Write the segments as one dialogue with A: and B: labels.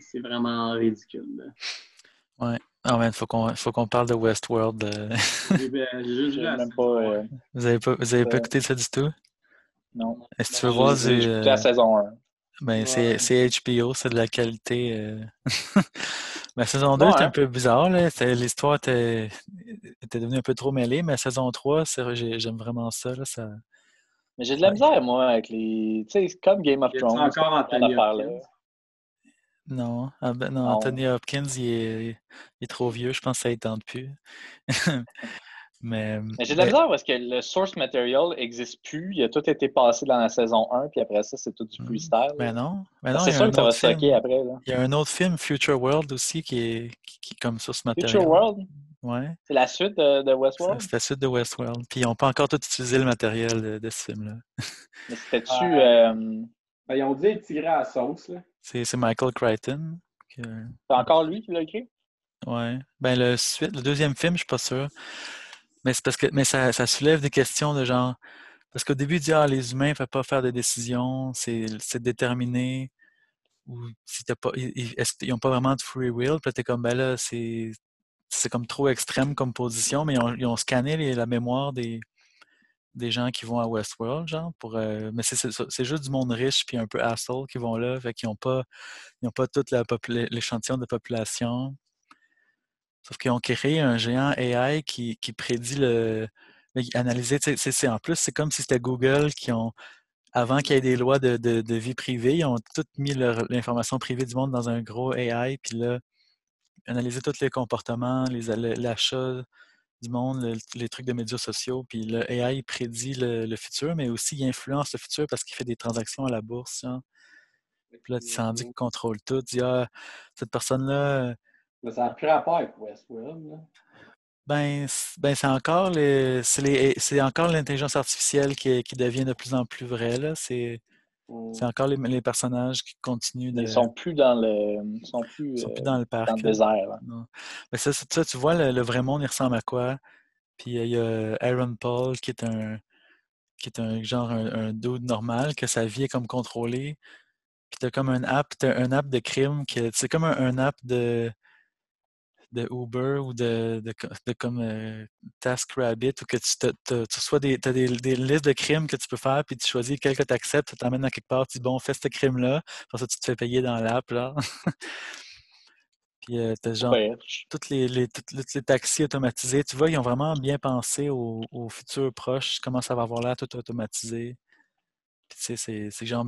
A: c'est vraiment ridicule.
B: Ouais. Non, mais il Ah, faut qu'on qu parle de Westworld. Euh...
A: Eh ben, je juge à ça.
C: même pas. euh,
A: hein.
B: Vous avez pas, vous avez pas
C: Euh,
B: écouté ça du tout?
C: non.
B: Et si tu veux
A: Non,
B: voir
C: J'ai
B: du.
C: j'ai
B: euh,
C: écouté la saison 1.
B: Ben,
A: Ouais.
C: euh,
B: c'est c'est HBO, c'est de la qualité. euh. Ma saison 2
C: Ouais.
B: était un peu bizarre. là. C'était- L'histoire était, était devenue un peu trop mêlée, mais saison 3, c'est- j'ai- j'aime vraiment ça, là, ça.
C: Mais j'ai de la
B: Ouais.
C: misère, moi, avec les. Tu sais, c'est comme Game of
A: Il y a
C: Thrones.
A: encore
C: cette
A: Anthony
C: affaire-là.
A: Hopkins.
B: Non, Ah ben non,
C: Non.
B: Anthony Hopkins, il est, il est trop vieux. Je pense que ça ne tente plus. Mais,
C: Mais j'ai de la misère parce que le source material n'existe plus. Il a tout été passé dans la saison 1, puis après ça, c'est tout du
B: Hmm.
C: freestyle.
B: mais non, mais non,
C: c'est
B: il y a
C: sûr
B: un
C: que ça va
B: autre
C: se
B: film.
C: stocker après. Là.
B: Il y a un autre film, Future World, aussi, qui est, qui, qui est comme ça, ce matériel.
C: Future World,
B: Ouais,
C: c'est la suite de, de
B: c'est
C: Westworld.
B: c'est la suite de Westworld. Puis ils n'ont pas encore tout utilisé le matériel euh, de, de ce film-là.
C: Mais c'était-tu.
A: Ah.
C: euh,
A: Ben, ils ont dit le tigre à la sauce. Là.
B: C'est c'est Michael Crichton. que-
C: c'est encore lui qui l'a écrit
B: Ouais. Ben le suite, le deuxième film, je suis pas sûr. Mais c'est parce que mais ça, ça soulève des questions de genre parce qu'au début, il dit ah, les humains ne peuvent pas faire de décisions, c'est c'est déterminé. Ou si t'as pas. Ils, ils- est-ce- ils ont pas vraiment de free will. Puis là, t'es comme ben là, c'est. C'est comme trop extrême comme position, mais ils ont, ils ont scanné les- la mémoire des, des gens qui vont à Westworld, genre, pour euh, mais c'est- c'est c'est juste du monde riche puis un peu asshole qui vont là, fait qu'ils n'ont pas ils n'ont pas toute la popula- l'échantillon de population. Sauf qu'ils ont créé un géant AI qui, qui prédit le. là, qui analysait, tu sais, c'est- c'est- en plus, c'est comme si c'était Google qui ont. Avant qu'il y ait des lois de, de- de vie privée, ils ont tout mis leur- l'information privée du monde dans un gros AI, puis là, analyser tous les comportements, les le- l'achat du monde, le- les trucs de médias sociaux, puis le AI il prédit le, le futur, mais aussi il influence le futur parce qu'il fait des transactions à la bourse. genre. Puis là, tu s'en
A: Mmh
B: dis qu'il contrôle tout. Tu dis, ah, cette personne-là,
A: Ben, ça n'a plus rapport avec Westworld. Là.
B: ben, c- ben c'est encore les, c'est les- eh, c'est encore l'intelligence artificielle qui, qui devient de plus en plus vraie, là. C'est,
A: On-
B: c'est encore les, les personnages qui continuent de,
C: Mmh. Ils sont plus dans le. Ils sont plus,
B: sont plus
C: euh,
B: dans le parc.
C: dans le
B: là.
C: désert. là.
B: Non. Mais ça, c'est- ça, tu vois, le, le vrai monde, il ressemble à quoi? Puis euh, il y a Aaron Paul qui est un qui est un genre un, un dude normal, que sa vie est comme contrôlée. Puis t'as comme un app, t'as un app de crime que c'est comme un, un app de de Uber ou de, de, co- de comme euh, TaskRabbit ou que tu, te- te- tu reçois des, t'as des, des listes de crimes que tu peux faire puis tu choisis quel que tu acceptes, ça t'emmène à quelque part, tu dis bon fais ce crime-là, pour ça tu te fais payer dans l'app là. puis euh, t'as genre
C: Ouais.
B: toutes les, les- toutes les- tous les taxis automatisés. Tu vois, ils ont vraiment bien pensé au, au futur proche, comment ça va avoir l'air tout automatisé. Puis, tu sais, c'est c'est genre.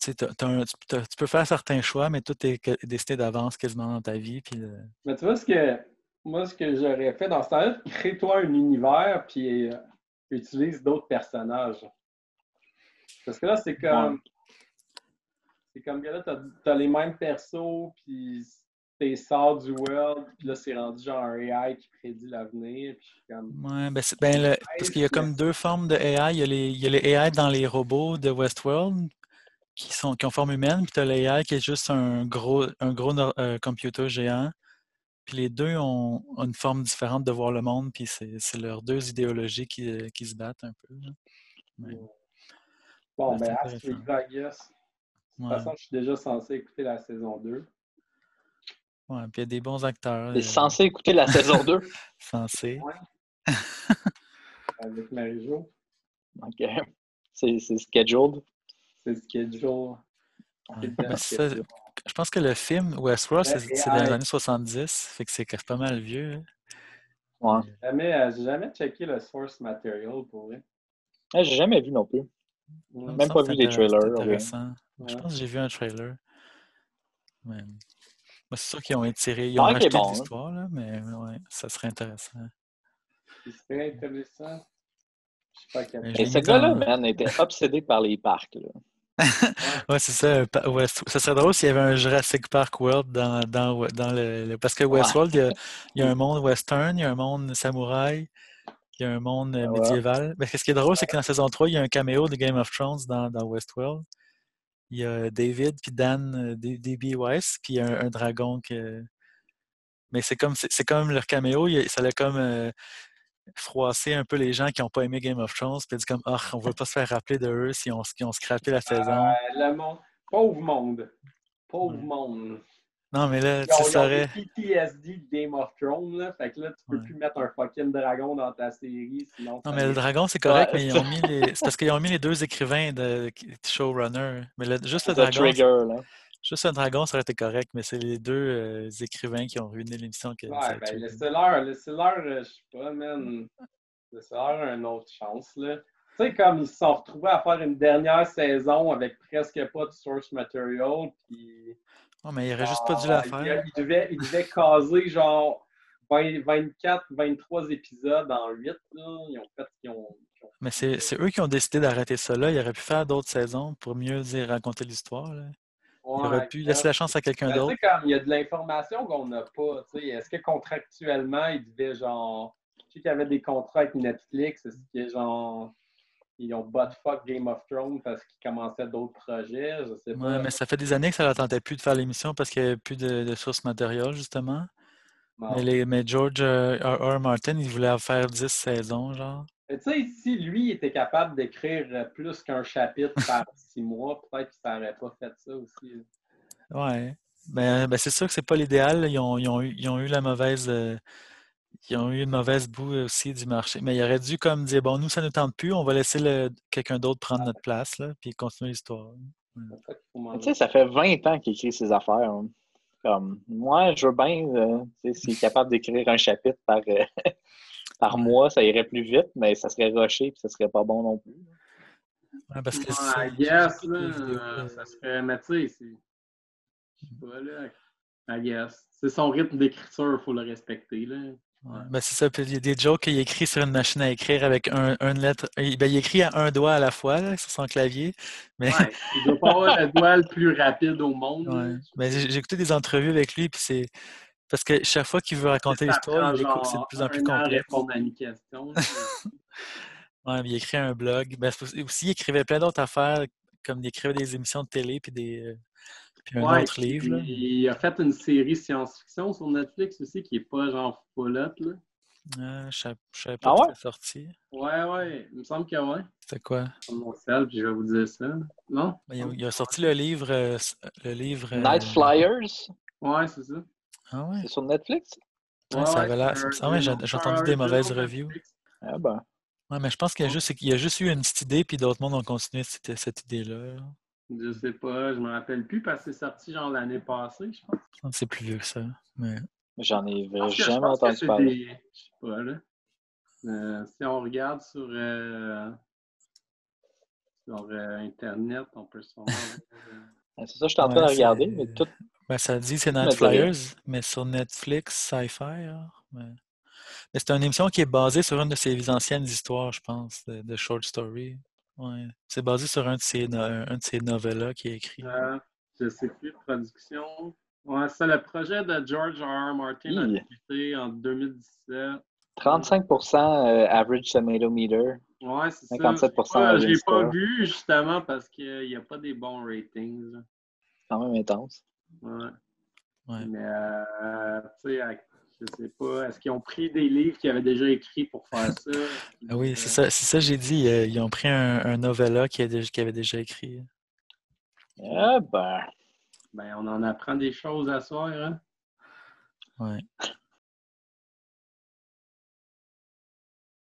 B: Tu sais, t'as- t'as un- tu t'as- tu peux faire certains choix, mais tout est que- décidé d'avance quasiment dans ta vie. Puis euh, le-
A: Mais tu vois, ce que, moi, ce que j'aurais fait dans ce temps-là, crée-toi un univers, puis euh, utilise d'autres personnages. Parce que là, c'est comme.
C: Ouais.
A: C'est comme que là, t'as, t'as les mêmes persos, puis t'es sort du world, puis là, c'est rendu genre un AI qui prédit l'avenir, puis je suis comme.
B: Ouais, ben c'est- ben le- parce qu'il y a comme deux formes de AI. Il y a les, il y a les AI dans les robots de Westworld qui sont qui ont forme humaine, puis tu as l'AI qui est juste un gros un gros nor- euh, computer géant. Puis les deux ont, ont une forme différente de voir le monde, puis c'est c'est leurs deux idéologies qui, euh, qui se battent un peu. là. Ouais.
A: Bon,
B: Ah,
A: ben,
B: c'est
A: à suivre, I guess. De toute
B: Ouais.
A: façon, je suis déjà censé écouter la saison 2.
B: Ouais, puis il y a des bons acteurs
C: T'es
B: euh,
C: censé écouter la saison 2.
B: censés.
A: avec Marie-Jo.
C: Donc, euh, c'est c'est scheduled.
A: C'est schedule.
B: Ouais. Ben, ça, je pense que le film Westworld, c'est c'est dans les années 70, fait que c'est c'est pas mal vieux. hein.
C: Ouais.
A: Jamais, euh, j'ai jamais checké le source material pour vrai.
C: Ah, J'ai jamais vu non plus.
B: Il me
C: Même
B: semble
C: pas
B: que
C: vu
B: c'est
C: des
B: intér- c'est
C: trailers, ouais.
B: intéressant.
A: Ouais.
B: Je pense que j'ai vu un trailer. Mais... Bah, c'est sûr qu'ils ont étiré, ils
C: Ça
B: ont
C: a l'air qu'il est
B: acheté
C: bon, hein.
B: de l'histoire, là, mais ouais, ça serait intéressant.
A: C'est très intéressant. Je sais pas capable.
B: Je l'ai
C: Et ce
B: mis dans-
C: gars-là, man, était obsédé par les parcs. Là.
B: Ouais, c'est ça. un pa- West- Ça serait drôle s'il y avait un Jurassic Park World dans, dans, dans le, le- Parce que
C: Ouais. Mm.
B: Westworld, il y a- il y, a, un monde western, il y a un monde samouraï, il y a un monde euh,
C: Ah ouais.
B: médiéval. Mais ce qui est drôle, c'est que dans saison 3, il y a un caméo de Game of Thrones dans, dans Westworld. Il y a David, puis Dan, euh, D- D.B. Weiss, puis il y a un, un dragon que... Mais c'est comme, c'est c'est comme leur caméo, il y a- ça l'a comme euh, froissé un peu les gens qui n'ont pas aimé Game of Thrones, puis ils disent comme, ah, on
A: Ben,
B: ne
C: Ah
B: veut pas se faire rappeler de eux si on, qui ont scrappé la saison.
A: Euh, le monde. Pauvre monde. Pauvre
B: Ouais.
A: monde.
B: Non, mais là,
A: Ils
B: tu
A: ont,
B: sais,
A: ils
B: ça
A: ont
B: aurait.
A: des PTSD de Game of Thrones, là. Fait que là, tu peux
B: Ouais.
A: plus mettre un fucking dragon dans ta série, sinon.
B: Non,
A: ça
B: mais le
A: va-
B: dragon, c'est correct,
C: Ouais,
B: mais ils
C: ça.
B: ont mis les. C'est parce qu'ils ont mis les deux écrivains de qui- de showrunner. Mais le- juste le
C: The
B: dragon.
C: Trigger, là.
B: Juste un dragon, ça aurait été correct, mais c'est les deux euh, écrivains qui ont ruiné l'émission. que ça
A: Ouais,
B: a
A: ben,
B: tué.
A: laissez-leur, laissez-leur, euh, je sais pas,
B: Mm.
A: man. Laissez-leur une autre chance, là. Tu sais, comme ils se sont retrouvés à faire une dernière saison avec presque pas de source material, puis.
B: Ouais, mais il aurait juste pas dû la
A: Ah,
B: faire.
A: il, il devait, il devait caser genre 20 24, 23 épisodes en 8, là. Ils ont fait. Ils ont, ils ont-
B: Mais c'est c'est eux qui ont décidé d'arrêter ça là. Ils auraient pu faire d'autres saisons pour mieux dire, raconter l'histoire. là. Ils
A: Ouais,
B: auraient pu
A: exact.
B: laisser la chance à quelqu'un
A: Ben, tu
B: d'autre.
A: sais, comme il y a de l'information qu'on n'a pas, tu sais, est-ce que contractuellement, ils devaient genre. Je sais qu'il y avait des contrats avec Netflix, est-ce que genre. Ils ont bot fuck Game of Thrones parce qu'ils commençaient d'autres projets, je sais
B: Ouais,
A: pas.
B: mais ça fait des années que ça leur tentait plus de faire l'émission parce qu'il n'y avait plus de, de sources matérielles, justement.
A: Bon.
B: Mais, les, mais George euh, R. R. Martin, il voulait en faire 10 saisons, genre.
A: Mais tu sais, si lui était capable d'écrire euh, plus qu'un chapitre par six mois, peut-être qu'il n'aurait pas fait ça aussi. là.
B: Ouais. Ben, ben, c'est sûr que c'est pas l'idéal. là. Ils ont, ils ont eu, ils ont eu la mauvaise. euh, ils ont eu une mauvaise boue aussi du marché. Mais il aurait dû comme dire bon, nous, ça ne tente plus, on va laisser le- quelqu'un d'autre prendre notre place, là, puis continuer l'histoire.
A: C'est ça qu'il faut m'en
C: Mais Tu sais, ça fait 20 ans qu'il écrit ses affaires. hein. Comme, moi, je veux bien, euh, tu sais, s'il est capable d'écrire un chapitre par, euh, par mois, ça irait plus vite, mais ça serait rushé puis ça serait pas bon non plus.
B: Ouais, parce que
A: Ouais,
B: c'est-
A: Ah, I guess,
B: c'est toutes les
A: là,
B: vidéos,
A: euh,
B: euh,
A: ça serait, mais tu sais, c'est, je sais pas, là, I guess. C'est son rythme d'écriture, il faut le respecter, là.
B: ouais. Ben, c'est ça. Puis il y a des jokes qu'il écrit sur une machine à écrire avec un, une lettre. il- Ben, il écrit à un doigt à la fois là, sur son clavier. Mais
A: Ouais, il doit pas avoir le doigt le plus rapide au monde. là.
B: Ouais. Ben, j'ai j'ai écouté des entrevues avec lui, puis c'est. Parce que chaque fois qu'il veut raconter
A: Ça
B: l'histoire,
A: prend
B: il découvre que c'est de
A: genre
B: plus en plus
A: un an à
B: complexe.
A: répondre à une question. là.
B: Ouais, mais il écrit un blog. Ben, c'est aussi, aussi, il écrivait plein d'autres affaires, comme il écrivait des émissions de télé, puis, des, euh, puis un
A: Ouais,
B: autre
A: puis
B: livre. là.
A: Il a fait une série science-fiction sur Netflix aussi qui est pas genre full up, là.
B: Euh, je ne savais
C: Ah
B: pas que
C: ouais?
B: c'était sorti.
A: Ouais, ouais, il me semble que ouais.
B: C'était quoi?
A: Sur mon sel, puis je vais vous dire ça. Non?
B: Ben, il, a, il a sorti le livre. euh, s- le livre euh,
C: Hum. Night Flyers,
A: Ouais, c'est ça.
B: Ah ouais?
C: c'est sur Netflix?
B: Ouais, ça avait l'air-
A: c'est
B: ah ouais,
A: un-
B: j'ai- j'ai entendu des
A: un-
B: mauvaises
A: un-
B: reviews.
C: Ah ben.
B: Ouais, mais je pense qu'il y a juste, il y a juste eu une petite idée, puis d'autres mondes ont continué cette, cette idée-là. là.
A: Je sais pas, je me rappelle plus parce que c'est sorti genre l'année passée, je pense.
B: Je pense que C'est plus vieux que ça. Mais...
C: J'en ai
A: Parce que Ah, je
C: jamais
A: pense que
C: entendu
A: c'est
C: parler.
A: des- Je sais pas, là. Euh, si on regarde sur, euh, sur euh, Internet, on peut savoir. euh,
C: Ah, C'est ça, je suis en train
B: Ouais,
C: de regarder,
B: c'est-
C: mais tout.
B: Ben, ça dit c'est
C: Mais
B: Night
C: c'est vrai.
B: Flyers, mais sur Netflix, Sci-Fi. là, Mais, mais c'est une émission qui est basée sur une de ses anciennes histoires, je pense, de, de short story. Ouais. C'est basé sur un de ses, no- un de ses novellas qui est écrit.
A: euh, je sais plus, production. Ouais, c'est le projet de George R. R. Martin a
C: Hi.
A: débuté en 2017.
C: 35% euh, average tomato meter.
A: Ouais, c'est ça.
C: 57%
A: Ouais, J'ai
C: résultat.
A: pas vu justement parce qu'il n'y a pas des bons ratings. là.
C: C'est quand même intense.
A: Ouais.
B: Ouais.
A: Mais, euh, tu sais, à- je sais pas, est-ce qu'ils ont pris des livres qu'ils avaient déjà écrits pour faire ça? Euh,
B: Ah oui, c'est ça, c'est ça que j'ai dit. euh, Ils ont pris un, un novella qui, a déjà- qui avait déjà écrit.
C: Ah ben.
A: Ben, on en apprend des choses à soir, hein?
B: Ouais.